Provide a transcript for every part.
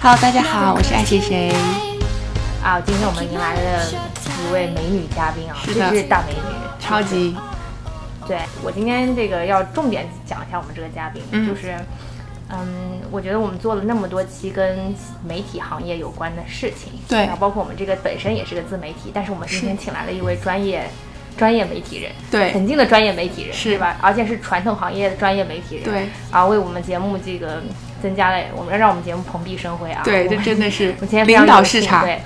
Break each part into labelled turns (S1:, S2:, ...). S1: Hello，大家好，我是爱谁谁。
S2: 啊，今天我们迎来了一位美女嘉宾啊，
S1: 是
S2: 这
S1: 的
S2: 是大美女，
S1: 超级
S2: 对我今天这个要重点讲一下我们这个嘉宾，
S1: 嗯
S2: 就是，嗯，我觉得我们做了那么多期跟媒体行业有关的事情，
S1: 对
S2: 然后包括我们这个本身也是个自媒体，但是我们今天请来了一位专业专业媒体人，
S1: 对
S2: 曾经的专业媒体人，
S1: 是
S2: 对吧？而且是传统行业的专业媒体人，
S1: 对，
S2: 啊，为我们节目这个增加了，我们让我们节目蓬荜生辉啊，
S1: 对，
S2: 我
S1: 这
S2: 们
S1: 真的是
S2: 我今天非常
S1: 领导
S2: 有
S1: 视
S2: 幸
S1: 察，
S2: 对，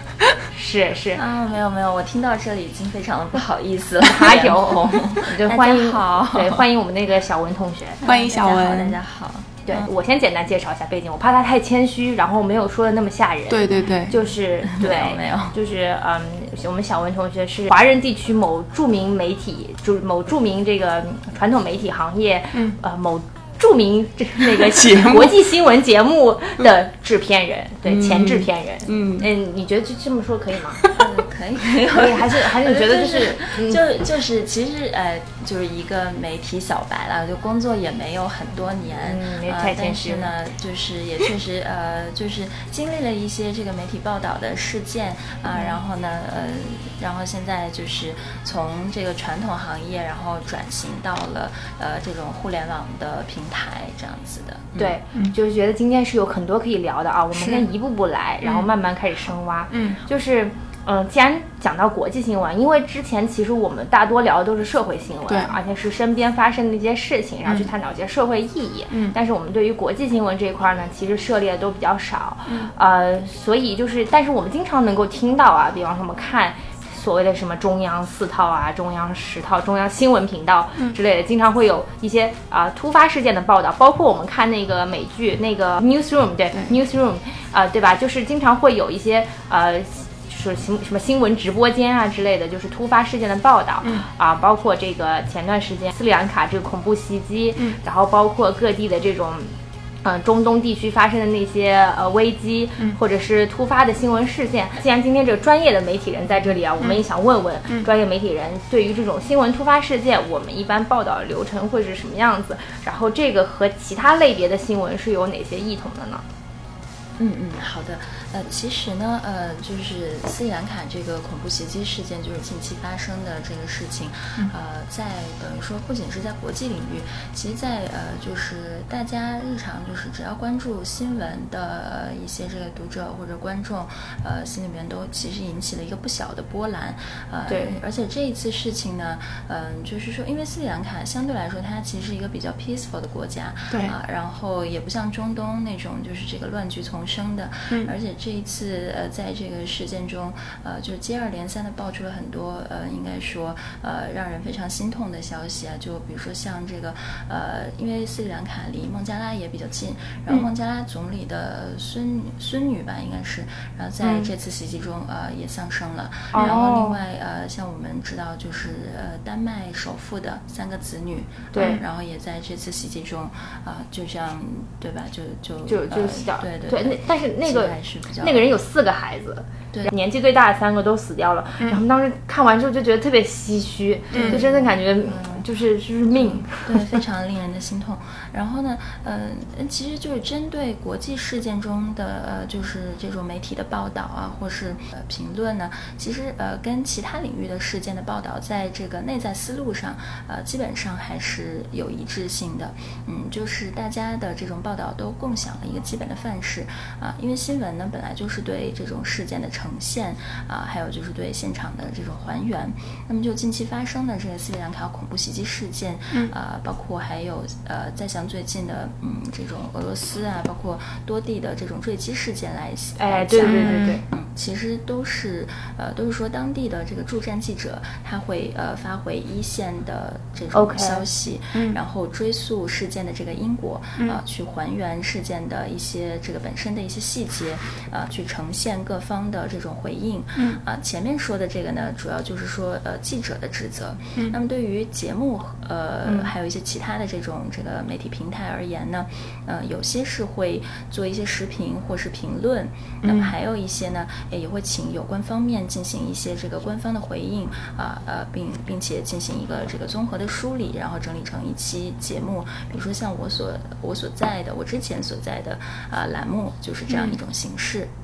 S2: 是是，
S3: 啊，没有没有，我听到这里已经非常的不好意思了。
S2: 哪有？
S3: 脸红
S2: 就欢迎
S3: 嗯大家好，
S2: 对，欢迎我们那个小文同学。
S1: 欢迎小
S3: 大
S1: 文
S3: 家。好，
S2: 对、
S3: 嗯
S2: 我先简单介绍一下背景，我怕他太谦虚，然后没有说的那么吓人。，
S1: 对对对，
S2: 就是对，
S3: 没有没有
S2: 就是嗯，我们小文同学是华人地区某著名媒体，就是某著名这个传统媒体行业，嗯，呃，某著名这那个
S1: 节目
S2: 国际新闻节目的制片人，对，前制片人。
S1: 嗯，
S2: 嗯，你觉得这这么说可以吗？
S3: 大家好，嗯，可以可以，
S2: 可以，还是还是你觉得就是
S3: 我觉得就是就就是其实呃就是一个媒体小白啦，就工作也没有很多年，
S2: 嗯没太
S3: 呃，
S2: 谦
S3: 但
S2: 虚
S3: 是呢，就是也确实呃就是经历了一些这个媒体报道的事件啊、然后呢呃然后现在就是从这个传统行业，然后转型到了呃这种互联网的平台这样子的。
S1: 嗯
S2: 对，就是觉得今天是有很多可以聊的啊，我们先一步步来，然后慢慢开始深挖。
S1: 嗯，
S2: 就是。嗯，既然讲到国际新闻，因为之前其实我们大多聊的都是社会新闻，
S1: 对
S2: 而且是身边发生的一些事情，然后去探讨一些社会意义。
S1: 嗯
S2: 但是我们对于国际新闻这一块呢，其实涉猎都比较少。
S1: 嗯
S2: 呃，所以就是，但是我们经常能够听到啊，比方说我们看所谓的什么中央四套啊、中央十套、中央新闻频道之类的，经常会有一些啊、突发事件的报道，包括我们看那个美剧那个 Newsroom，对 Newsroom，啊，对吧？就是经常会有一些呃。就是新什么新闻直播间啊之类的，就是突发事件的报道、啊，包括这个前段时间斯里兰卡这个恐怖袭击，然后包括各地的这种嗯、中东地区发生的那些呃危机，或者是突发的新闻事件。既然今天这个专业的媒体人在这里啊，我们也想问问、专业媒体人对于这种新闻突发事件，我们一般报道的流程会是什么样子？然后这个和其他类别的新闻是有哪些异同的呢？
S3: 嗯嗯，好的。呃，其实呢，呃，就是斯里兰卡这个恐怖袭击事件，就是近期发生的这个事情，呃，在等于说不仅是在国际领域，其实在呃，就是大家日常就是只要关注新闻的、呃一些这个读者或者观众，呃，心里面都其实引起了一个不小的波澜。呃，
S2: 对
S3: 而且这一次事情呢，嗯、就是说，因为斯里兰卡相对来说，它其实是一个比较 peaceful 的国家，
S1: 对
S3: 啊，然后也不像中东那种就是这个乱局丛生的，
S1: 嗯
S3: 而且这一次呃，在这个事件中，呃，就是接二连三的爆出了很多呃，应该说呃，让人非常心痛的消息啊，就比如说像这个呃，因为斯里兰卡离孟加拉也比较近，然后孟加拉总理的孙女孙女吧，应该是，然后在
S2: 嗯
S3: 这次袭击中呃也丧生了，
S2: 哦
S3: 然后另外呃，像我们知道就是呃，丹麦首富的三个子女，
S2: 对
S3: 嗯然后也在这次袭击中啊、就这样对吧？就就
S2: 就就
S3: 呃
S2: 死掉了
S3: 对
S2: 对那但是那个
S3: 其实还是比较
S2: 那个人有四个孩子，
S3: 对
S2: 然后年纪最大的三个都死掉了。然后当时看完之后就觉得特别唏嘘，就真的感觉、嗯就是就是命。
S3: 对，非常令人的心痛。然后呢，呃，其实就是针对国际事件中的呃，就是这种媒体的报道啊，或是呃评论呢，其实呃跟其他领域的事件的报道，在这个内在思路上，呃，基本上还是有一致性的。嗯，就是大家的这种报道都共享了一个基本的范式啊、因为新闻呢本来就是对这种事件的呈现啊、还有就是对现场的这种还原。那么就近期发生的这个斯里兰卡恐怖袭击事件，嗯，呃，包括还有呃，再像最近的嗯这种俄罗斯啊，包括多地的这种坠机事件来，
S2: 哎，
S3: 来
S2: 对
S3: 讲
S2: 对对对，
S3: 嗯，其实都是呃，都是说当地的这个驻站记者，他会呃发回一线的这
S2: OK
S3: 种消息然后追溯事件的这个因果，呃，去还原事件的一些这个本身的一些细节，呃，去呈现各方的这种回应。嗯，啊、前面说的这个呢，主要就是说呃记者的职责。嗯，那么对于节目呃、还有一些其他的这种这个媒体平台而言呢，呃呃，有些是会做一些时评或是评论，那么还有一些呢，呃也会请有关方面进行一些这个官方的回应啊呃并并且进行一个这个综合的梳理，然后整理成一期节目。比如说像我所我所在的我之前所在的啊、栏目就是这样一种形式。嗯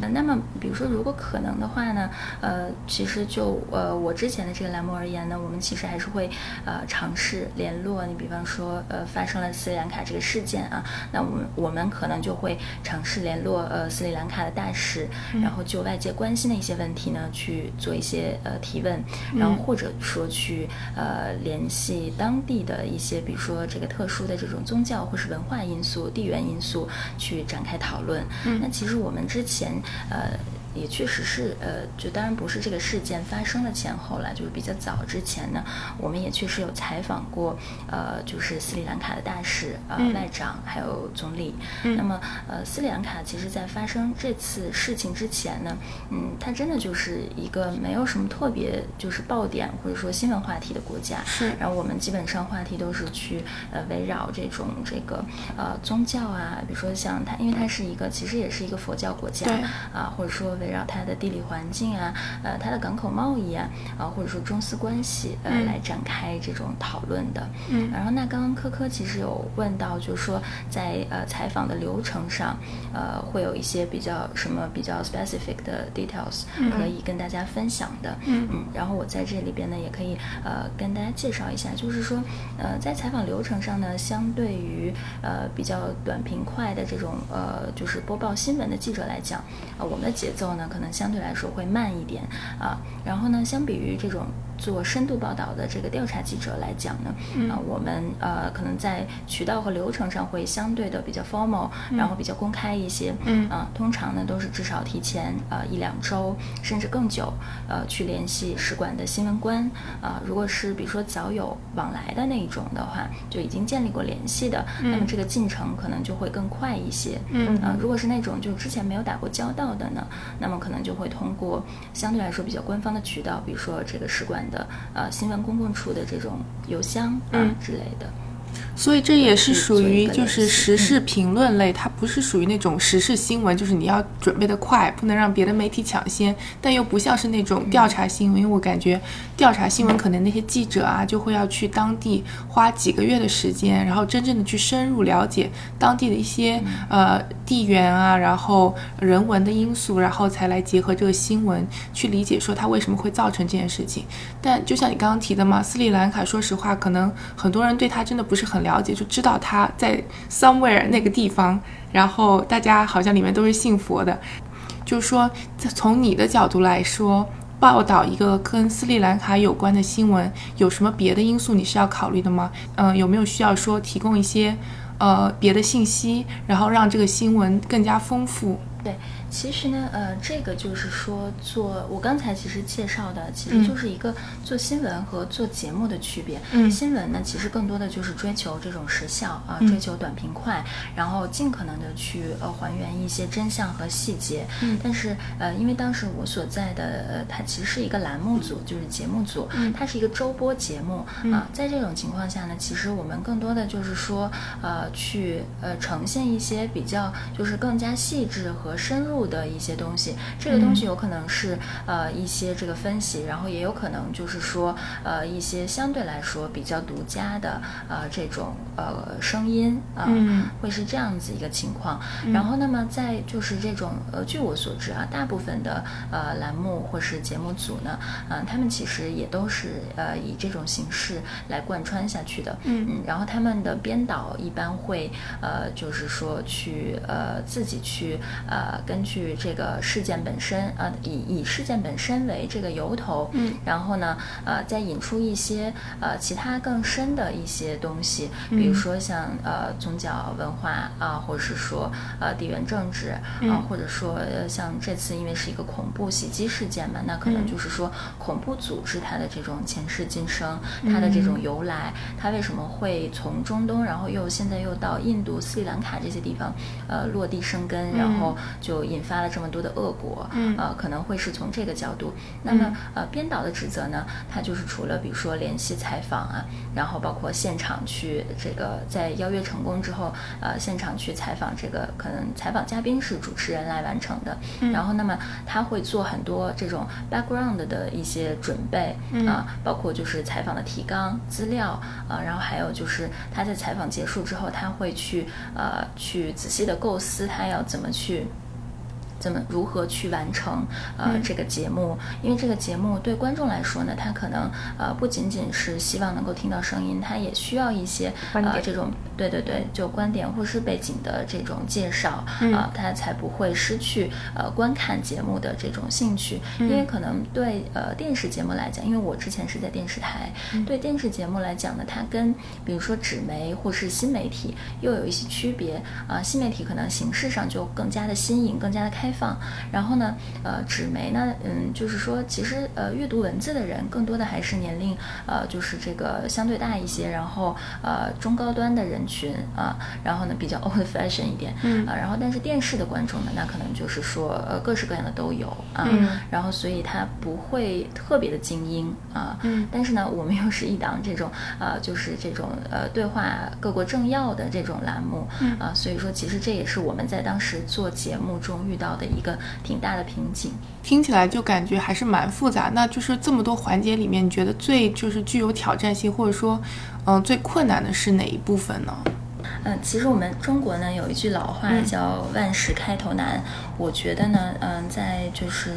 S1: 嗯
S3: 那么，比如说，如果可能的话呢，呃，其实就呃我之前的这个栏目而言呢，我们其实还是会呃尝试联络你，比方说呃发生了斯里兰卡这个事件啊，那我们我们可能就会尝试联络呃斯里兰卡的大使，然后就外界关心的一些问题呢去做一些呃提问，然后或者说去呃联系当地的一些，比如说这个特殊的这种宗教或是文化因素、地缘因素去展开讨论。那其实我们之前呃。也确实是，呃，就当然不是这个事件发生的前后了，就是比较早之前呢，我们也确实有采访过，呃，就是斯里兰卡的大使、呃、外长还有总理。那么，呃，斯里兰卡其实在发生这次事情之前呢，嗯，它真的就是一个没有什么特别就是爆点或者说新闻话题的国家。
S1: 是
S3: 然后我们基本上话题都是去呃围绕这种这个呃宗教啊，比如说像它，因为它是一个其实也是一个佛教国家。
S1: 对
S3: 啊，或者说围绕它的地理环境啊，呃，它的港口贸易啊，啊，或者说中斯关系，呃，
S1: 嗯
S3: 来展开这种讨论的。
S1: 嗯
S3: 然后那刚刚科科其实有问到，就是说在呃采访的流程上，呃，会有一些比较什么比较 specific 的 details、可以跟大家分享的。
S1: 嗯
S3: 然后我在这里边呢，也可以呃跟大家介绍一下，就是说呃在采访流程上呢，相对于呃比较短平快的这种呃就是播报新闻的记者来讲，呃我们的节奏呢可能相对来说会慢一点啊、然后呢，相比于这种做深度报道的这个调查记者来讲呢，啊、我们呃可能在渠道和流程上会相对的比较 formal，、然后比较公开一些。
S1: 嗯
S3: 啊、通常呢都是至少提前呃一两周，甚至更久，呃去联系使馆的新闻官。啊、如果是比如说早有往来的那一种的话，就已经建立过联系的，那么这个进程可能就会更快一些。
S1: 嗯
S3: 啊、如果是那种就之前没有打过交道的呢，那么可能就会通过相对来说比较官方的渠道，比如说这个使馆的呃新闻公共处的这种邮箱啊、
S1: 嗯
S3: 之类的。
S1: 所以这也是
S3: 去
S1: 属
S3: 做一
S1: 于
S3: 个
S1: 就
S3: 练
S1: 是嗯
S3: 习
S1: 时事评论类，它不是属于那种时事新闻，就是你要准备的快，不能让别的媒体抢先，但又不像是那种调查新闻，因为我感觉调查新闻可能那些记者啊就会要去当地花几个月的时间，然后真正的去深入了解当地的一些呃地缘啊，然后人文的因素，然后才来结合这个新闻去理解说它为什么会造成这件事情。但就像你刚刚提的嘛，斯里兰卡，说实话，可能很多人对它真的不是很了解，就知道它在 somewhere 那个地方，然后大家好像里面都是信佛的。就是说，在从你的角度来说，报道一个跟斯里兰卡有关的新闻，有什么别的因素你是要考虑的吗？嗯、有没有需要说提供一些呃别的信息，然后让这个新闻更加丰富？
S3: 对，其实呢，呃，这个就是说做我刚才其实介绍的，其实就是一个做新闻和做节目的区别。
S1: 嗯
S3: 新闻呢，其实更多的就是追求这种时效啊、
S1: 嗯
S3: 追求短平快，然后尽可能的去呃还原一些真相和细节。
S1: 嗯
S3: 但是呃，因为当时我所在的呃，它其实是一个栏目组，就是节目组，它是一个周播节目、啊。在这种情况下呢，其实我们更多的就是说，呃，去呃呈现一些比较就是更加细致和深入的一些东西。这个东西有可能是、呃一些这个分析，然后也有可能就是说呃一些相对来说比较独家的呃这种呃声音啊、
S1: 嗯
S3: 会是这样子一个情况。然后，那么在就是这种呃，据我所知啊，大部分的呃栏目或是节目组呢，嗯、他们其实也都是呃以这种形式来贯穿下去的。
S1: 嗯
S3: 然后他们的编导一般会呃，就是说去呃自己去呃根据这个事件本身啊、呃，以以事件本身为这个由头，
S1: 嗯，
S3: 然后呢呃再引出一些呃其他更深的一些东西，比
S1: 嗯
S3: 如说像呃宗教文化啊、或者是说呃地缘政治啊、
S1: 嗯
S3: 或者说呃像这次因为是一个恐怖袭击事件嘛，那可能
S1: 嗯
S3: 就是说恐怖组织它的这种前世今生，它的这
S1: 嗯
S3: 种由来，它为什么会从中东，然后又现在又到印度、斯里兰卡这些地方，呃，落地生根，然后就引发了这么多的恶果，
S1: 嗯
S3: 呃，可能会是从这个角度。那么呃，编导的指责呢，他就是除了比如说联系采访啊，然后包括现场去这个在邀约成功之后，呃，现场去采访这个可能采访嘉宾是主持人来完成的，
S1: 嗯
S3: 然后那么他会做很多这种 background 的一些准备
S1: 嗯
S3: 啊、包括就是采访的提纲资料啊、然后还有就是他在采访结束之后，他会去呃去仔细的构思他要怎么去。怎么如何去完成呃、
S1: 嗯
S3: 这个节目？因为这个节目对观众来说呢，他可能呃不仅仅是希望能够听到声音，他也需要一些
S2: 观
S3: 呃
S2: 点
S3: 这种对对对，就观点或是背景的这种介绍啊、
S1: 嗯
S3: 他才不会失去呃观看节目的这种兴趣。
S1: 嗯
S3: 因为可能对呃电视节目来讲，因为我之前是在电视台，对电视节目来讲呢，它跟比如说纸媒或是新媒体又有一些区别啊、新媒体可能形式上就更加的新颖，更加的开放。然后呢，呃，纸媒呢，嗯，就是说其实呃阅读文字的人更多的还是年龄呃就是这个相对大一些，然后呃中高端的人群啊、然后呢比较 old fashion 一点，
S1: 嗯
S3: 啊，然后但是电视的观众呢，那可能就是说呃各式各样的都有啊，
S2: 嗯
S3: 然后所以它不会特别的精英啊，
S1: 嗯
S3: 但是呢，我们又是一档这种呃就是这种呃对话各国政要的这种栏目，
S1: 嗯
S3: 啊，所以说其实这也是我们在当时做节目中遇到的一个挺大的瓶颈。
S1: 听起来就感觉还是蛮复杂。那就是这么多环节里面，你觉得最就是具有挑战性，或者说，嗯、最困难的是哪一部分呢？
S3: 嗯，其实我们中国呢有一句老话
S1: 嗯
S3: 叫“万事开头难”，我觉得呢，嗯、在就是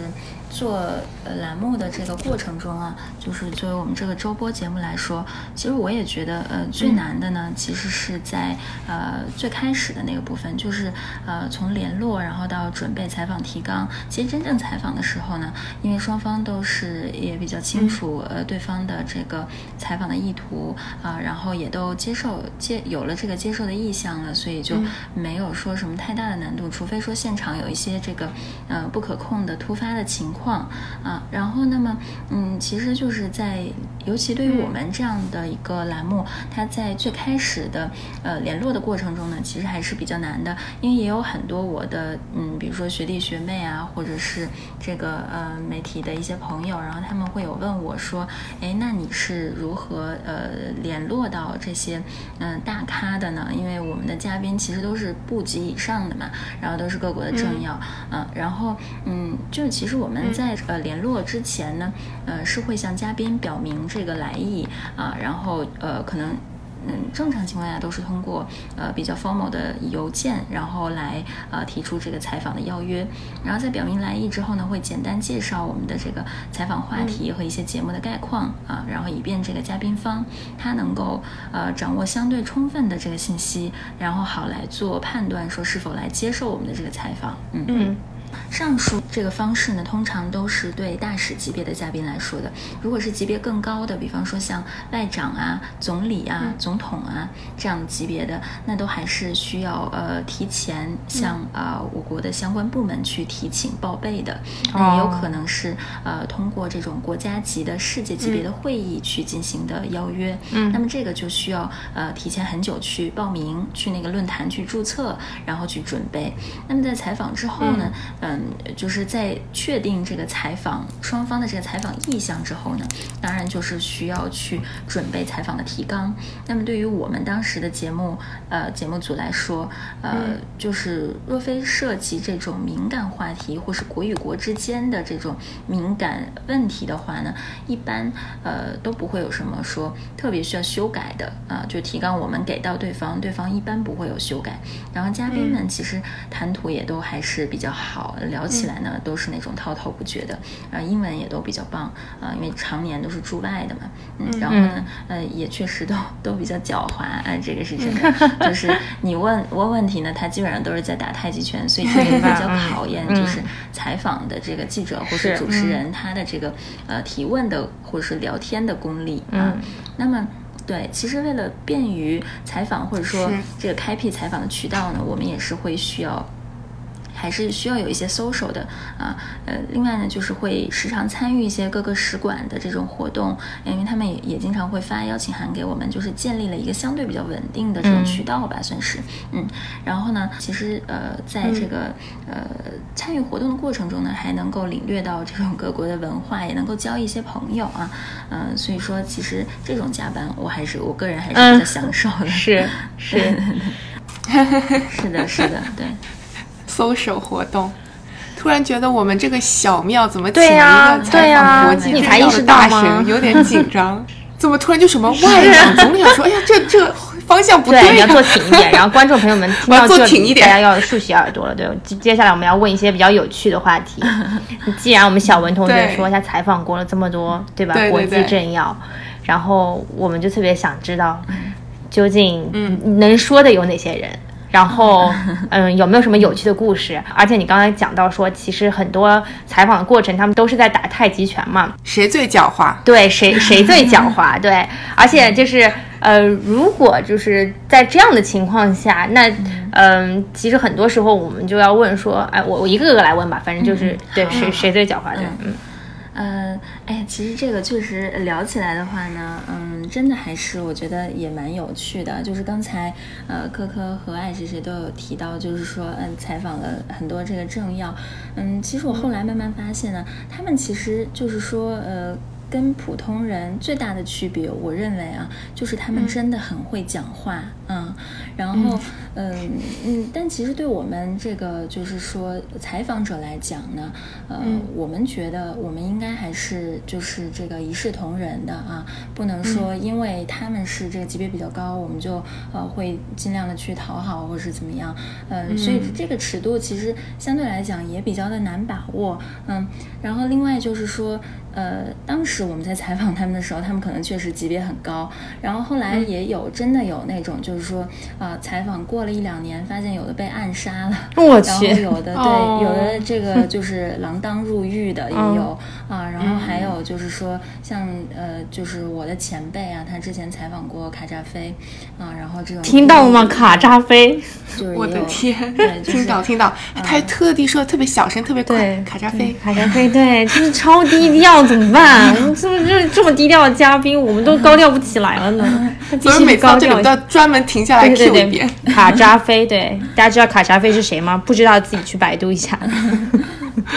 S3: 做呃栏目的这个过程中啊，就是作为我们这个周播节目来说，其实我也觉得，呃，最难的呢，其实是在呃最开始的那个部分，就是呃从联络，然后到准备采访提纲。其实真正采访的时候呢，因为双方都是也比较清楚、呃对方的这个采访的意图啊、然后也都接受接有了这个接受的意向了，所以就没有说什么太大的难度，除非说现场有一些这个呃不可控的突发的情况啊。然后那么嗯，其实就是在尤其对于我们这样的一个栏目，它在最开始的呃联络的过程中呢，其实还是比较难的，因为也有很多我的嗯，比如说学弟学妹啊，或者是这个呃媒体的一些朋友，然后他们会有问我说，哎，那你是如何呃联络到这些嗯、呃大咖的呢？因为我们的嘉宾其实都是部级以上的嘛，然后都是各国的政要，嗯、然后嗯，就是其实我们在、呃联络之前呢，呃是会向嘉宾表明这个来意啊、然后呃可能。嗯，正常情况下都是通过呃比较 formal 的邮件，然后来呃提出这个采访的邀约，然后在表明来意之后呢，会简单介绍我们的这个采访话题和一些节目的概况、啊，然后以便这个嘉宾方他能够呃掌握相对充分的这个信息，然后好来做判断说是否来接受我们的这个采访，嗯。
S1: 嗯
S3: 上述这个方式呢，通常都是对大使级别的嘉宾来说的。如果是级别更高的，比方说像外长啊、总理啊、总统啊这样级别的，那都还是需要呃提前向啊、呃我国的相关部门去提请报备的。那也有可能是呃通过这种国家级的、世界级别的会议去进行的邀约。
S1: 嗯
S3: 那么这个就需要呃提前很久去报名，去那个论坛去注册，然后去准备。那么在采访之后呢，嗯，就是在确定这个采访双方的这个采访意向之后呢，当然就是需要去准备采访的提纲。那么对于我们当时的节目，呃，节目组来说，呃，
S1: 嗯
S3: 就是若非涉及这种敏感话题或是国与国之间的这种敏感问题的话呢，一般呃都不会有什么说特别需要修改的啊、就提纲我们给到对方，对方一般不会有修改。然后嘉宾们其实谈吐也都还是比较好，聊起来呢都是那种滔滔不绝的，啊、英文也都比较棒啊、因为常年都是驻外的嘛，嗯，然后呢，呃，也确实都 都比较狡猾，啊、这个是真 的，就是你问问问题呢，他基本上都是在打太极拳，所以这也比较考验就是采访的这个记者或是
S2: 是
S3: 主持人他的这个呃提问的或者是聊天的功力啊，
S2: 嗯
S3: 那么。对，其实为了便于采访或者说
S1: 是
S3: 这个开辟采访的渠道呢，我们也是会需要还是需要有一些 social 的啊。呃，另外呢，就是会时常参与一些各个使馆的这种活动，因为他们也也经常会发邀请函给我们，就是建立了一个相对比较稳定的这种渠道吧，算是嗯。然后呢，其实呃，
S2: 嗯
S3: 在这个、呃参与活动的过程中呢，还能够领略到这种各国的文化，也能够交一些朋友啊。嗯、所以说其实这种加班，我还是我个人还是比较
S2: 嗯
S3: 享受的。
S2: 是 是，
S3: 是的，是的，对。
S1: social 活动。突然觉得我们这个小庙怎么请
S2: 对
S1: 了
S2: 呀
S1: 一个采
S2: 对呀
S1: 访国际
S2: 你
S1: 政
S2: 才
S1: 要
S2: 意识
S1: 的
S2: 到
S1: 大
S2: 吗
S1: 神，有点 紧张。怎么突然就什么外仰？总想说，哎呀，这这方向不啊
S2: 对，你
S1: 呀、
S2: 要做挺一 点。然后观众朋友们听
S1: 我
S2: 到
S1: 要做
S2: 这
S1: 挺
S2: 里，
S1: 一点
S2: 大家要竖起耳朵了。对，接接下来我们要问一些比较有趣的话 题。既然我们小文同学
S1: 对
S2: 说他采访过了这么多，对吧？
S1: 对对
S2: 国际
S1: 对
S2: 政要，然后我们就特别想知道，
S1: 嗯
S2: 究竟能说的有哪些人。然 后，嗯，有没有什么有趣的故事？而且你刚才讲到说，其实很多采访的过程，他们都是在打太极拳嘛。
S1: 谁最狡猾？
S2: 对，谁谁最狡 猾？对，而且就是呃，如果就是在这样的情况下，那嗯、其实很多时候我们就要问说，哎，我我一个个来问吧，反正就是、对谁谁最狡猾对，嗯
S3: 呃，哎，其实这个确实聊起来的话呢，嗯，真的还是我觉得也蛮有趣的。就是刚才呃，科科和爱谁谁都有提到，就是说，嗯，采访了很多这个政要，嗯，其实我后来慢慢发现呢，他们其实就是说，呃。跟普通人最大的区别，我认为啊，就是他们真的很会讲话，嗯，然后，嗯嗯，但其实对我们这个就是说采访者来讲呢，呃，我们觉得我们应该还是就是这个一视同仁的啊，不能说因为他们是这个级别比较高，我们就呃会尽量的去讨好或是怎么样，呃，所以这个尺度其实相对来讲也比较的难把握，嗯，然后另外就是说。呃，当时我们在采访他们的时候，他们可能确实级别很高，然后后
S2: 嗯
S3: 来也有真的有那种，就是说，呃，采访过了一两年，发现有的被暗杀了，
S2: 我
S3: 然后
S2: 去
S3: 有的对，
S1: 哦
S3: 有的 这个就是锒铛入狱
S2: 嗯
S3: 的也有啊，然后还有就是说像呃，就是我的前辈啊，他之前采访过卡扎菲啊，然后这种
S2: 听到了吗？卡扎菲，
S3: 就是
S1: 我
S3: 也
S1: 的
S3: 有
S1: 天
S3: 对，就是
S1: 听到听到，他还特地说的特别小声，特别快
S2: 嗯对，
S1: 卡扎菲。
S2: 卡扎菲，对，就是超低调，怎么办？我们这么这这么低调的嘉宾，我们都高调不起来了 呢。他必
S1: 所以
S2: 须
S1: 每
S2: 得
S1: 次到
S2: 高
S1: 这里，我
S2: 调一
S1: 们都
S2: 下
S1: 要。专门停下来
S2: 对
S1: Q
S2: 对
S1: 一
S2: 对
S1: 遍。，
S2: 卡扎菲，对，大家知道卡扎菲是谁吗？不知道自己去百度一下。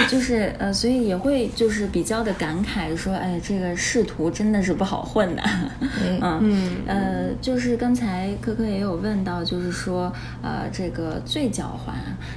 S3: 就是呃，所以也会就是比较的感慨说，哎，这个仕途真的是不好混呐、嗯嗯呃，就是刚才科科也有问到，就是说呃，这个最狡猾，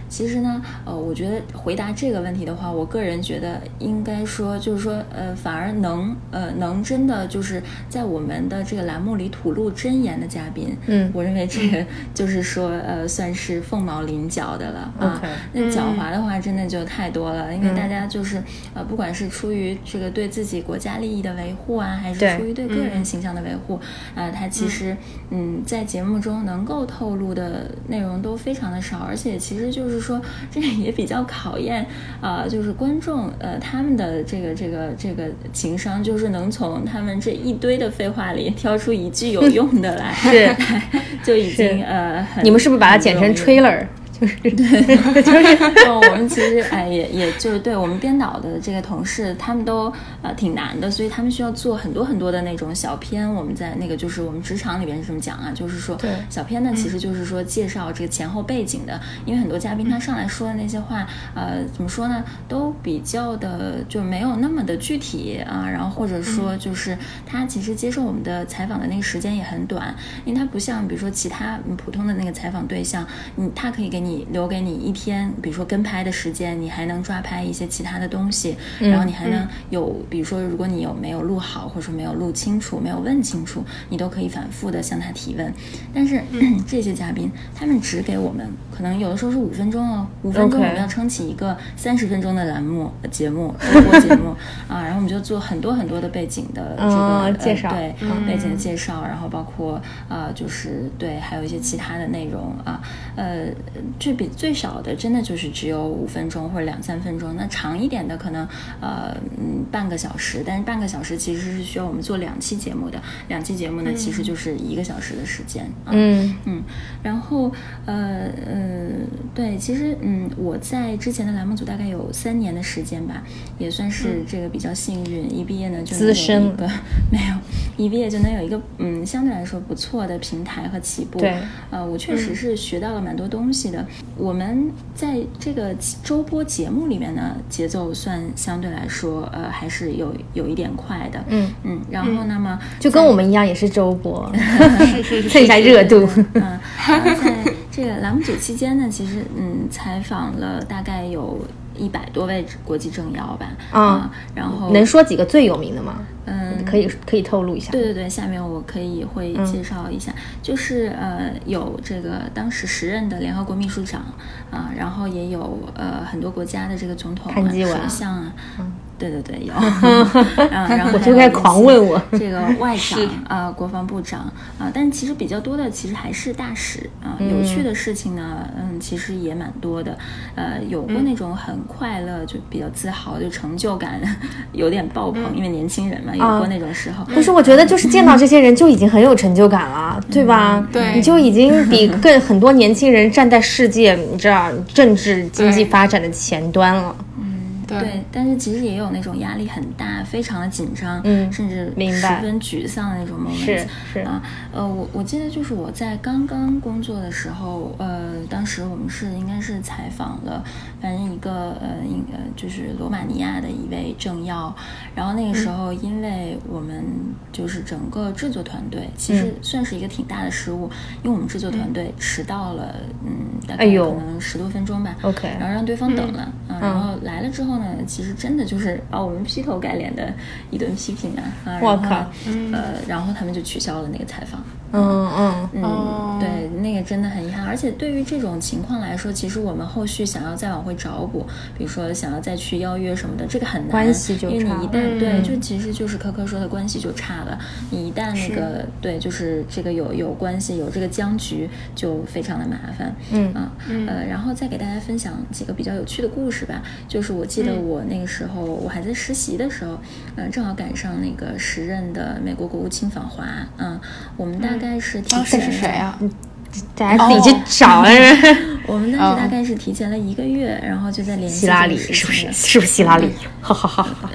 S3: 其实呢，呃，我觉得回答这个问题的话，我个人觉得应该说就是说呃，反而能呃能真的就是在我们的这个栏目里吐露真言的嘉宾，
S2: 嗯
S3: 我认为这个就是说呃，算是凤毛麟角的了啊。
S2: OK
S3: 那
S2: 嗯
S3: 狡猾的话真的就太多了，因为大家就是呃，不管是出于这个对自己国家利益的维护啊，还
S2: 对嗯
S3: 是出于对个人形象的维护，啊、他其实嗯在节目中能够透露的内容都非常的少，而且其实就是说这个也比较考验啊、就是观众呃他们的这个这个这个情商，就是能从他们这一堆的废话里挑出一句有用的来，
S2: 是
S3: 就已
S2: 是
S3: 经呃很
S2: 你们是不是把它
S3: 很
S2: 简
S3: 不
S2: 成
S3: 容易
S2: trailer？
S3: 哦，我们其实哎也也就是对我们编导的这个同事，他们都呃挺难的，所以他们需要做很多很多的那种小片。我们在那个就是我们职场里边是怎么讲啊？就是说
S2: 对
S3: 小片呢，其实就是说介绍这个前后背景的，因为很多嘉宾他上来说的那些话，呃，怎么说呢，都比较的就没有那么的具体啊，然后或者说就是他其实接受我们的采访的那个时间也很短，因为他不像比如说其他嗯普通的那个采访对象，你他可以给你留给你一天，比如说跟拍的时间，你还能抓拍一些其他的东西，
S2: 嗯
S3: 然后你还能有，比如说如果你有没有录好，或者说没有录清楚、没有问清楚，你都可以反复的向他提问。但是、
S2: 嗯
S3: 这些嘉宾，他们只给我们可能有的时候是五分钟哦，五分钟
S2: OK
S3: 我们要撑起一个三十分钟的栏目呃节目直播节目 啊，然后我们就做很多很多的背景的这个、
S2: 哦
S3: 呃
S2: 介绍
S3: 对、背景的介绍，然后包括啊、呃就是对，还有一些其他的内容啊，呃，最比最少的真的就是只有五分钟或者两三分钟，那长一点的可能呃嗯半个小时，但是半个小时其实是需要我们做两期节目的，两期节目呢、其实就是一个小时的时间啊。
S2: 嗯
S3: 嗯，然后呃呃，对，其实嗯，我在之前的栏目组大概有三年的时间吧，也算是这个比较幸运，一毕业呢就
S2: 嗯
S3: 能
S2: 资
S3: 有一
S2: 深
S3: 个 没有，一毕业就能有一个嗯相对来说不错的平台和起步。
S2: 对
S3: 呃，我确实是学到了蛮多东西的。我们在这个周播节目里面呢，节奏算相对来说呃还是有有一点快的。
S2: 嗯，
S3: 嗯，然后那么。
S2: 就跟我们一样也是周播，蹭一下热度。
S3: 嗯，呃在这个栏目组期间呢，其实嗯，采访了大概有一百多位国际政要吧。
S2: 啊
S3: 啊，然后
S2: 能说几个最有名的吗？
S3: 嗯，
S2: 可以可以透露一下。嗯
S3: 对对对，下面我可以会介绍一下，就是呃有这个当时时任的联合国秘书长啊、然后也有呃很多国家的这个总统啊、
S2: 潘基文
S3: 首相啊，对对 对有，啊然后
S2: 嗯我
S3: 还
S2: 就
S3: 有
S2: 该
S3: 一
S2: 狂
S3: 些
S2: 问我
S3: 这个 外长啊、国防部长啊、但其实比较多的其实还是大使啊、有趣的事情呢，嗯，其实也蛮多的，呃，有过
S2: 嗯
S3: 那种很快乐就比较自豪就成就感 有点爆棚，因为年轻人嘛，有
S2: 嗯啊
S3: 过那种时候，
S2: 不是，我觉得就是见到这些人就已经很有成就感了，嗯对吧？
S1: 对
S2: 你就已经比更很多年轻人站在世界，你知道政治经济
S1: 对
S2: 发展的前端了。
S1: 对，
S3: 对，但是其实也有那种压力很大，非常的紧张，
S2: 嗯
S3: 甚至
S2: 明
S3: 十
S2: 白
S3: 分沮丧的那种 moment。
S2: 是嗯是
S3: 啊，呃，我我记得就是我在刚刚工作的时候，呃，当时我们是应该是采访了，反正一个呃，应呃就是罗马尼亚的一位政要，然后那个时
S2: 嗯
S3: 候因为我们就是整个制作团队
S2: 嗯
S3: 其实算是一个挺大的失误，因为我们制作团队迟到了，嗯，大概
S2: 哎呦
S3: 可能十多分钟吧。
S2: OK 嗯
S3: 然后让对方等了，啊，然后来了之后呢，其实真的就是把我们劈头盖脸的一顿批评啊，啊，
S2: 我
S3: 然后
S2: 靠
S3: 呢呃，然后他们就取消了那个采访，
S2: 嗯嗯，
S3: 嗯，
S1: 哦
S3: 对，那个真的很遗憾。而且对于这种情况来说，其实我们后续想要再往回找补，比如说想要再去邀约什么的，这个很难，
S2: 关系就
S3: 因为你
S2: 差嗯
S3: 一旦、对，就其实就是科科说的关系就差了。你一旦那个对，就是这个有有关系有这个僵局，就非常的麻烦。
S2: 嗯
S3: 啊，呃，然后再给大家分享几个比较有趣的故事吧。
S2: 嗯
S3: 就是我记得我那个时候我还在实习的时候，呃，正好赶上那个时任的美国国务卿访华，嗯、我们大概是提
S1: 当时是
S3: 前、
S1: 谁啊？
S2: 大家自己去找 啊。
S3: 我们当时
S1: 哦
S3: 大概是提前了一个月，然后就在联系
S2: 希拉里
S3: 这个事
S2: 是不
S3: 情
S2: 是？
S3: 了
S2: 是不是希拉里？哈哈哈哈！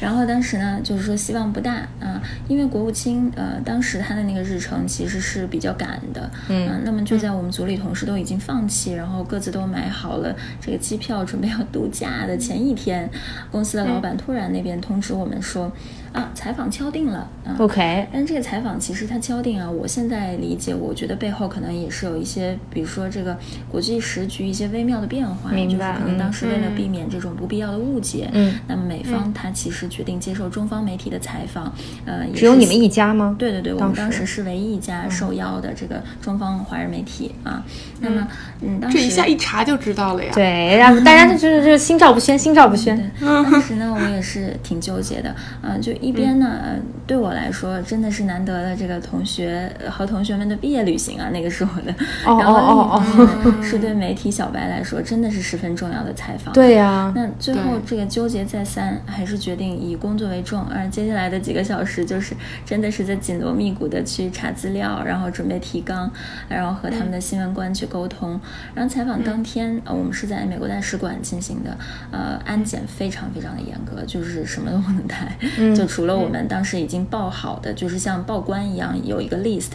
S3: 然后当时呢，就是说希望不大啊、因为国务卿呃，当时他的那个日程其实是比较赶的，嗯、那么就在我们组里同事都已经放弃，然后各自都买好了这个机票，准备要度假的前一天，公司的老板突然那边通知我们说，啊，采访敲定了
S2: 哦
S3: 啊。
S2: OK，
S3: 但是这个采访其实它敲定啊，我现在理解，我觉得背后可能也是有一些，比如说这个国际时局一些微妙的变化，
S2: 明白
S3: 就是可能
S2: 嗯
S3: 当时为了避免这种不必要的误解，
S2: 嗯，
S3: 那么美方他其实决定接受中方媒体的采访，呃，也
S2: 只有
S3: 是
S2: 你们一家吗？
S3: 对对对，我们当
S2: 时嗯
S3: 时是唯一一家受邀的这个中方华人媒体啊。那么，嗯，当时
S1: 这一下一查就知道了呀。
S2: 对，让大
S3: 嗯
S2: 家就是就是心照不宣，心照不宣。
S3: 当时呢，我也是挺纠结的，嗯、就一边呢、呃对我来说真的是难得的这个同学呃和同学们的毕业旅行啊，那个是我的，
S2: 哦
S3: 然后
S2: 哦
S3: 另一边呢是对媒体小白来说真的是十分重要的采访，
S2: 对呀，
S3: 那最后
S1: 对
S3: 这个纠结再三，还是决定以工作为重。而接下来的几个小时，就是真的是在紧锣密鼓的去查资料，然后准备提纲，然后和他们
S2: 嗯
S3: 的新闻官去沟通。然后采访当天，呃，我们是在美国大使馆进行的，呃，安检非常非常的严格，就是什么都不能带，
S2: 嗯
S3: 就除了我们当时已经报好的，就是像报关一样有一个 list，、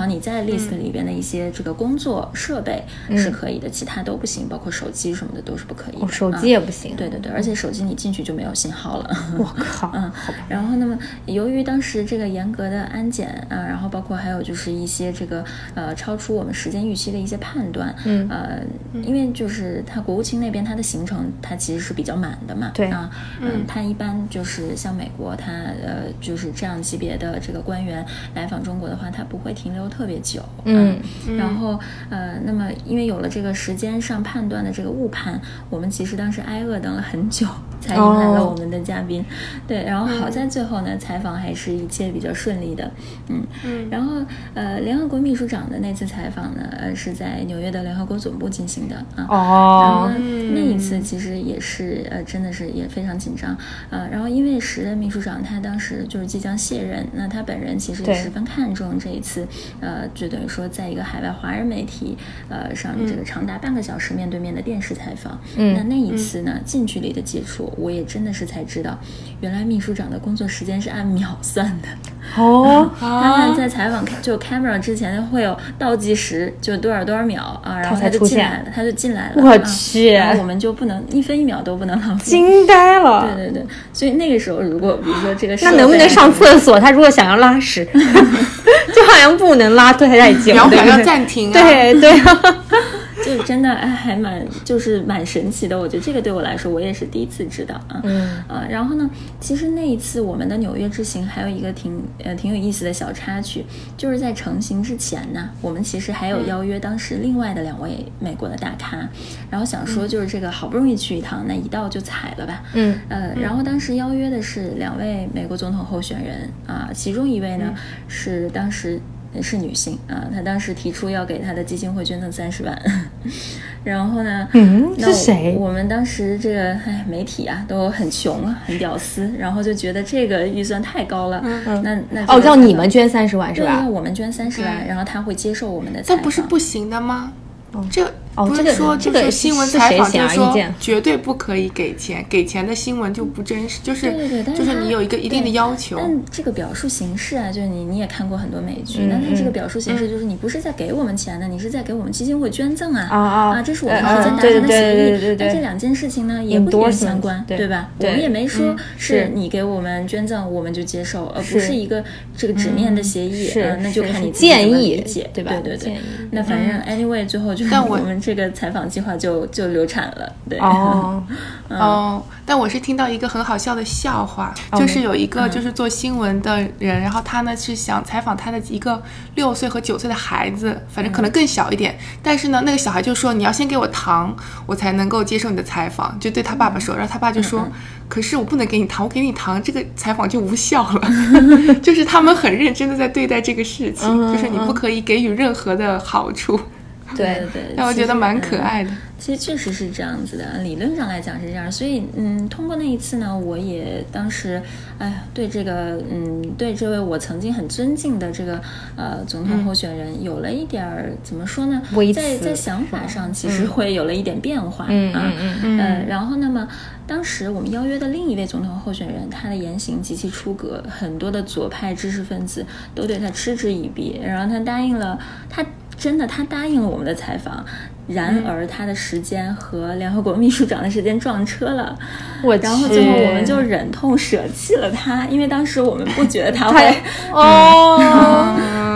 S2: 嗯
S3: 后你在 list 里边的一些这个工作设备是可以的，其他都不行，包括手机什么的都是不可以的。
S2: 嗯哦手
S3: 啊
S2: 机也不行。
S3: 对对对，而且手机你进去就没有信号了。
S2: 我靠，
S3: 嗯，然后那么由于当时这个严格的安检啊，然后包括还有就是一些这个呃超出我们时间预期的一些判断，
S2: 嗯
S3: 呃，因为就是他国务卿那边他的行程他其实是比较满的嘛，
S2: 对
S3: 啊，嗯，他一般就是像美国他呃就是这样级别的这个官员来访中国的话，他不会停留特别久，啊
S2: 嗯
S3: 然后呃，那么因为有了这个时间上判断的这个误判，我们其实当时挨饿等了很久，才迎来
S2: 哦
S3: 了我们的嘉宾。对，然后
S2: 嗯
S3: 好在最后呢，采访还是一切比较顺利的。嗯，
S1: 嗯
S3: 然后呃，联合国秘书长的那次采访呢，呃，是在纽约的联合国总部进行的啊。然后
S2: 哦
S3: 呢，那一次其实也是呃，真的是也非常紧张呃。然后因为时任秘书长他当时就是即将卸任，那他本人其实也
S2: 对
S3: 十分看重这一次呃，就等于说在一个海外华人媒体呃上这个长达半个小时面对面的电视采访。
S2: 嗯
S3: 那那一次呢，近距离的接触，我也真的是才知道，原来秘书长的工作时间是按秒算的。
S2: 哦，
S1: 啊
S3: 他们在采访就 camera 之前会有倒计时，就多少多少秒啊，然后
S2: 才
S3: 他就
S2: 出
S3: 进
S2: 现
S3: 来了，他就进来了。
S2: 我
S3: 啊
S2: 去
S3: 然后我们就不能一分一秒都不能浪费。
S2: 惊呆
S3: 对
S2: 了。
S3: 对对，所以那个时候如果比如说这个设
S2: 那
S3: 备，
S2: 能不能上厕所？他如果想要拉 屎，就好像不能拉太太久，
S1: 然后
S2: 对
S1: 还
S2: 不
S1: 要
S2: 对？
S1: 暂停、啊，，
S2: 对对啊，
S3: 就真的哎还蛮就是蛮神奇的。我觉得这个对我来说，我也是第一次知道啊。
S2: 嗯
S3: 啊，然后呢，其实那一次我们的纽约之行还有一个挺呃挺有意思的小插曲，就是在成行之前呢，我们其实还有邀约当时另外的两位美国的大咖，然后想说就是这个好不容易去一趟，那一到就踩了吧。
S2: 嗯
S3: 呃，然后当时邀约的是两位美国总统候选人啊，其中一位呢、
S2: 嗯
S3: 是当时是女性啊，她当时提出要给她的基金会捐赠三十万， 然后呢，
S2: 嗯
S3: 那我
S2: 是谁
S3: 我们当时这个哎媒体啊都很穷啊，很屌丝，然后就觉得这个预算太高了，那那
S2: 哦，
S3: 这个
S2: 让
S3: 采
S2: 你
S3: 访
S2: 们捐三十万是
S3: 对，
S2: 吧
S3: 要？我们捐三十万，
S1: 嗯
S3: 然后他会接受我们的采
S1: 这
S3: 访，
S1: 不是不行的吗？这
S2: 哦
S1: 不
S2: 这
S1: 是
S2: 个
S1: 说
S2: 这
S1: 就
S2: 个
S1: 是
S2: 是
S1: 新闻
S2: 是
S1: 采
S2: 谁
S1: 访，
S2: 显
S1: 就
S2: 而
S1: 是
S2: 易
S1: 说
S2: 见
S1: 绝对不可以给钱，给钱的新闻就不真实，就是
S3: 对对对，但
S1: 就是是
S3: 它
S1: 你有一个一定的
S3: 对
S1: 要求，
S3: 但这个表述形式啊，就是你你也看过很多美剧，那、它这个表述形式就是你不是在给我们钱的，你是在给我们基金会捐赠啊
S2: 啊啊
S3: 这是我们
S2: 嗯
S3: 之间
S2: 嗯
S3: 达
S2: 对
S3: 成
S2: 对对对
S3: 的协
S2: 对
S3: 议。
S2: 对
S3: 但这两件事情呢，也不一定
S2: Endorsement，
S3: 相关，
S2: 对
S3: 吧？我
S2: 对
S3: 们也没说
S2: 嗯
S3: 是
S2: 是
S3: 你给我们捐赠我们就接受，而不
S2: 是
S3: 是一个这个纸面的协议，
S2: 是
S3: 啊那就是看
S2: 是
S3: 你自己怎么
S2: 建议
S3: 理解，
S2: 对吧
S3: 对对
S2: 建议
S3: 对。那反正 anyway，最后就是
S1: 但
S3: 我
S1: 我
S3: 们这个采访计划就就流产了，对。
S2: 哦，
S1: 哦，但我是听到一个很好笑的笑话，就是有一个就是做新闻的人，然后他呢是想采访他的一个六岁和九岁的孩子，反正可能更小一点，但是呢，那个小孩就说你要先给我糖，我才能够接受你的采访，就对他爸爸说，然后他爸就说。可是我不能给你糖，我给你糖，这个采访就无效了。就是他们很认真的在对待这个事情，就是你不可以给予任何的好处。
S3: 对
S2: 对，
S3: 对对，
S1: 但我
S3: 其
S1: 觉得
S3: 实
S1: 蛮
S3: 嗯
S1: 可爱的。
S3: 其实确实是这样子的，理论上来讲是这样，所以嗯，通过那一次呢，我也当时，哎呀，对这个嗯，对这位我曾经很尊敬的这个呃总统候选人有了一点儿怎么说呢
S2: 嗯微？
S3: 在
S2: 词
S3: 在想法上其实会有了一点变化、
S2: 嗯
S3: 啊，
S2: 嗯嗯
S1: 嗯
S3: 呃，然后那么当时我们邀约的另一位总统候选人，他的言行极其出格，很多的左派知识分子都对他嗤之以鼻。然后他答应了，他真的他答应了我们的采访，然
S2: 嗯
S3: 而他的时间和联合国秘书长的时间撞车了。
S2: 我
S3: 然后
S2: 去
S3: 最后我们就忍痛舍弃了他，因为当时我们不觉得他
S2: 他
S3: 会，
S2: 哦，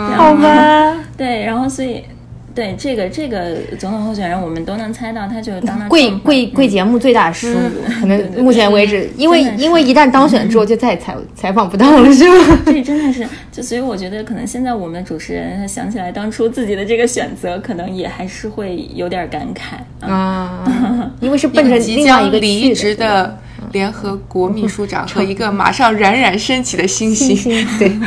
S3: 然 后
S2: 好吧，
S3: 对，然后所以。对这个这个总统候选人，我们都能猜到，他就是当嗯了
S2: 贵
S3: 政客
S2: 贵贵节目最大失误，可能目前为止，因为
S3: 真的是
S2: 因为一旦当选之后就再也采采访不到了，是 吧？
S3: 这真的是，就所以我觉得，可能现在我们主持人他想起来当初自己的这个选择，可能也还是会有点感慨啊。
S2: 啊，因为是奔着
S1: 即
S2: 另外一
S1: 将
S2: 个去
S1: 离职
S2: 对吧
S1: 的联合国秘书长和一个马上冉冉升起的新
S2: 星
S1: 星。
S2: 星对。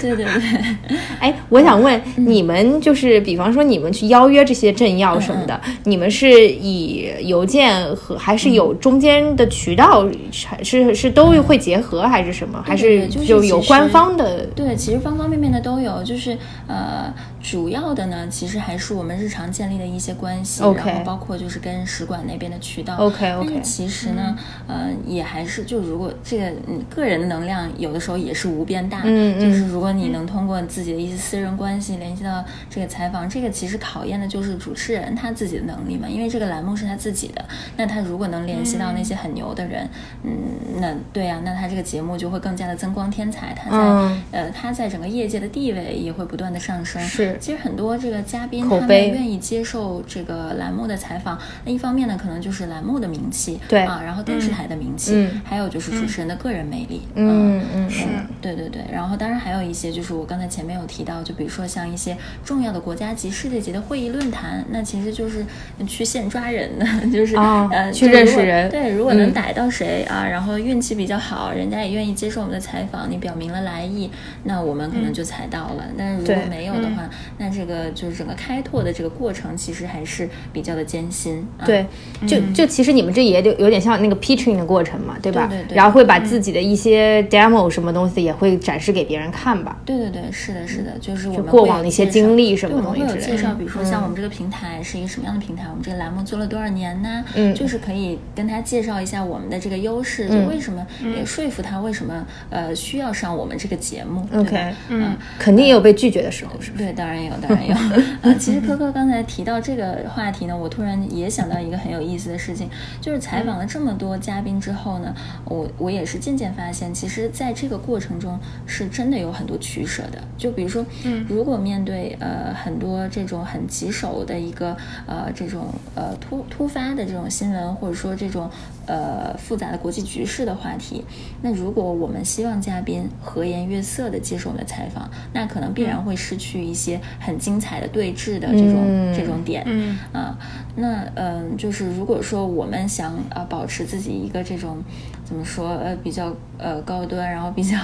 S3: 对对对，
S2: 哎，我想问、
S3: 嗯
S2: 你们，就是比方说你们去邀约这些政要什么
S3: 嗯
S2: 的，你们是以邮件和还是有
S3: 嗯
S2: 中间的渠道，还是是都会结合，还是什么？还
S3: 对
S2: 是
S3: 对就是
S2: 就有
S3: 其实
S2: 官方的？
S3: 对，其实方方面面的都有，就是呃，主要的呢，其实还是我们日常建立的一些关系
S2: OK
S3: 然后包括就是跟使馆那边的渠道。
S2: OK，OK 嗯
S3: 但是其实呢，呃，也还是就如果这个嗯个人的能量有的时候也是无边大，
S2: 嗯嗯
S3: 就是如果你能通过自己的一些私人关系联系到这个采访，这个其实考验的就是主持人他自己的能力嘛，因为这个栏目是他自己的，那他如果能联系到那些很牛的人，嗯，那对呀、那他这个节目就会更加的增光添彩，他在、
S2: 嗯
S3: 呃，他在整个业界的地位也会不断的上升。
S2: 是是
S3: 其实很多这个嘉宾
S2: 口
S3: 他们
S2: 碑
S3: 愿意接受这个栏目的采访，那一方面呢，可能就是栏目的名气，
S2: 对
S3: 啊，然后电视台的名气，
S2: 嗯
S3: 还有就是主持人的个人魅力，啊
S2: 嗯嗯
S1: 是
S3: 对对对，然后当然还有一些就是我刚才前面有提到，就比如说像一些重要的国家级、世界级的会议论坛，那其实就是去现抓人 的，就是、
S2: 啊
S3: 呃
S2: 去
S3: 就
S2: 认
S3: 如果
S2: 识人
S3: 对，如果能
S2: 嗯
S3: 逮到谁、啊，然后运气比较好，人家也愿意接受我们的采访，你表明了来意，那我们可能就采到了。但是如
S2: 嗯对嗯
S3: 果没有的话，那这个就是整个开拓的这个过程其实还是比较的艰辛。啊、
S2: 对，就就其实你们这也就有点像那个 pitching 的过程嘛，对吧？
S3: 对对对
S2: 然后会把自己的一些 demo 什么东西也会展示给别人看吧。
S3: 对对对，是的，是的，就是我
S2: 就嗯
S3: 们
S2: 过
S3: 会
S2: 往
S3: 有
S2: 的一些
S3: 介
S2: 经
S3: 绍
S2: 历什
S3: 对，
S2: 么
S3: 我们
S2: 东
S3: 会
S2: 西
S3: 有
S2: 之类的。嗯
S3: 介绍，比如说像我们这个平台是一个什么样的平台，我们这个栏目做了多少年呢？
S2: 嗯
S3: 就是可以跟他介绍一下我们的这个优势，就为什么
S2: 嗯
S3: 也说服他为什么呃需要上我们这个节目。对吧
S2: OK，嗯，肯定也有被拒绝的时候，是吧？
S3: 对，当然有，当 然有。呃，其实科科刚才提到这个话题呢，我突然也想到一个很有意思的事情，就是采访了这么多嘉宾之后呢，我我也是渐渐发现，其实在这个过程中是真的有很多取舍的。就比如说，嗯，如果面对呃很多这种很棘手的一个呃这种呃突突发的这种新闻，或者说这种呃复杂的国际局势的话题，那如果我们希望嘉宾和颜悦色的接受我们的采访，那可能必然会失去一些很精彩的对峙的这种、
S2: 嗯
S3: 这种点。
S1: 嗯
S3: 啊，那嗯、就是如果说我们想啊、呃保持自己一个这种怎么说呃比较呃高端，然后比较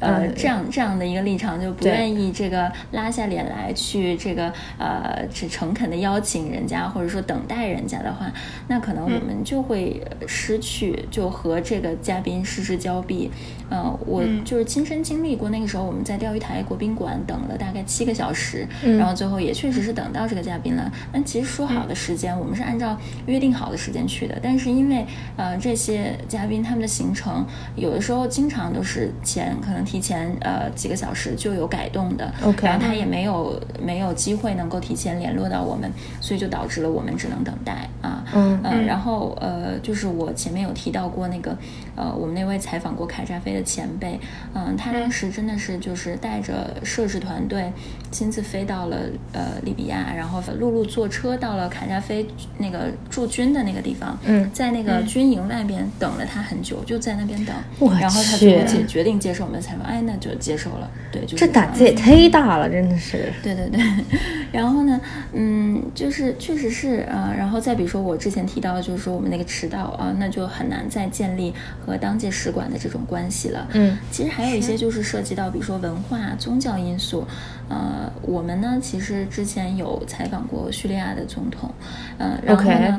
S3: 呃、 这样这样的一个立场，就不
S2: 对
S3: 愿意这个拉下脸来去这个呃只诚恳的邀请人家，或者说等待人家的话，那可能我们就会呃失去，就和这个嘉宾失之交臂。呃，我就是亲身经历过，那个时候我们在钓鱼台国宾馆等了大概七个小时，然后最后也确实是等到这个嘉宾了。那其实说好的时间，我们是按照约定好的时间去的，但是因为呃这些嘉宾他们的行程，有的时候经常都是前可能提前呃几个小时就有改动的
S2: OK
S3: 然后他也没有没有机会能够提前联络到我们，所以就导致了我们只能等待啊。
S2: 嗯
S3: 呃，然后呃，就是我前面有提到过那个呃，我们那位采访过凯扎菲的前辈，嗯、他当时真的是就是带着摄制团队亲自飞到了呃利比亚，然后陆路坐车到了凯扎菲那个驻军的那个地方，
S2: 嗯
S3: 在那个军营外边等了他很久，就在那边等
S2: 我，
S3: 然后他
S2: 去
S3: 最后决决定接受我们的采访，哎，那就接受了，对，就是
S2: 这
S3: 样
S2: 胆子也忒大了，真的是。
S3: 对对对， 然后呢，嗯，就是确实是呃，然后再比如说我之前提到，就是说我们那个迟到啊、那就很难再建立和当届使馆的这种关系了。
S2: 嗯，
S3: 其实还有一些就是涉及到，比如说文化、宗教因素。呃，我们呢其实之前有采访过叙利亚的总统，呃，然后呢。
S2: OK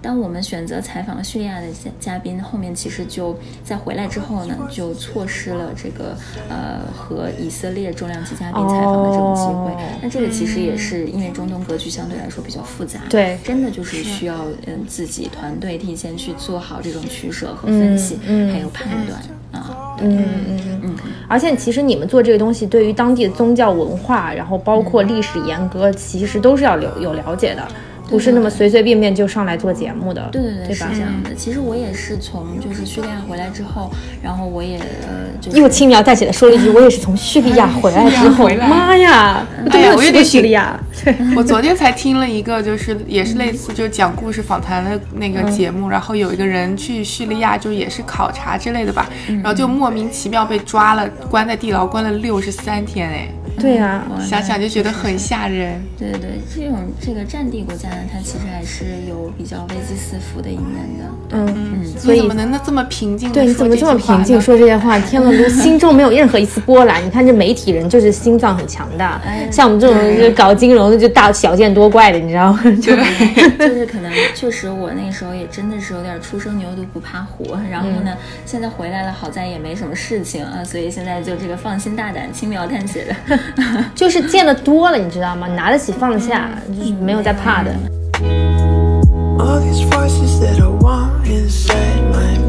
S3: 当我们选择采访叙利亚的嘉嘉宾，后面其实就在回来之后呢，就错失了这个呃和以色列重量级嘉宾采访的这种机会。
S2: 哦
S3: 那这个其实也是因为中东格局相对来说比较复杂，
S2: 对
S3: 真的就是需要嗯自己团队提前去做好这种取舍和分析，
S2: 嗯嗯
S3: 还有判断啊。
S2: 嗯嗯嗯。而且其实你们做这个东西，对于当地的宗教文化，然后包括历史沿革，其实都是要有有了解的，不是那么随随便便就上来做节目的，
S3: 对对对，是
S2: 吧
S3: 这？样的。其实我也是从就是叙利亚回来之后，然后我也呃就是
S2: 又轻描淡写的说了一句：“我也是从叙利亚回来之后
S1: 哎，呀
S2: 妈呀，我都
S1: 哎
S2: 没
S1: 呀
S2: 有
S1: 我
S2: 去
S1: 有
S2: 过
S1: 点
S2: 叙利亚。”对，
S1: 我昨天才听了一个，就是也是类似就是讲故事访谈的那
S2: 嗯
S1: 个节目，然后有一个人去叙利亚，就也是考察之类的吧，
S2: 嗯
S1: 然后就莫名其妙被抓了，关在地牢关了六十三天，哎，
S2: 对啊呀、
S3: 我
S1: 想想就觉得很吓人。
S3: 对对对，这种这个战地国家呢，它其实还是有比较危机四伏的一面的。
S2: 嗯。所
S1: 你
S2: 以
S1: 怎么能那这么平静？
S2: 对，你怎么这么平静？说这些话？天了，卢心中没有任何一丝波澜。你看这媒体人就是心脏很强大，像我们这种就是搞金融的就大小见多怪的，你知道吗？就
S3: 就是可能确实我那时候也真的是有点初生牛犊不怕虎，然后
S2: 嗯
S3: 呢，现在回来了，好在也没什么事情啊，所以现在就这个放心大胆、轻描淡写的。
S2: 就是见得多了，你知道吗？拿得起放得下，就是没有在怕的。
S4: All these voices that I want inside my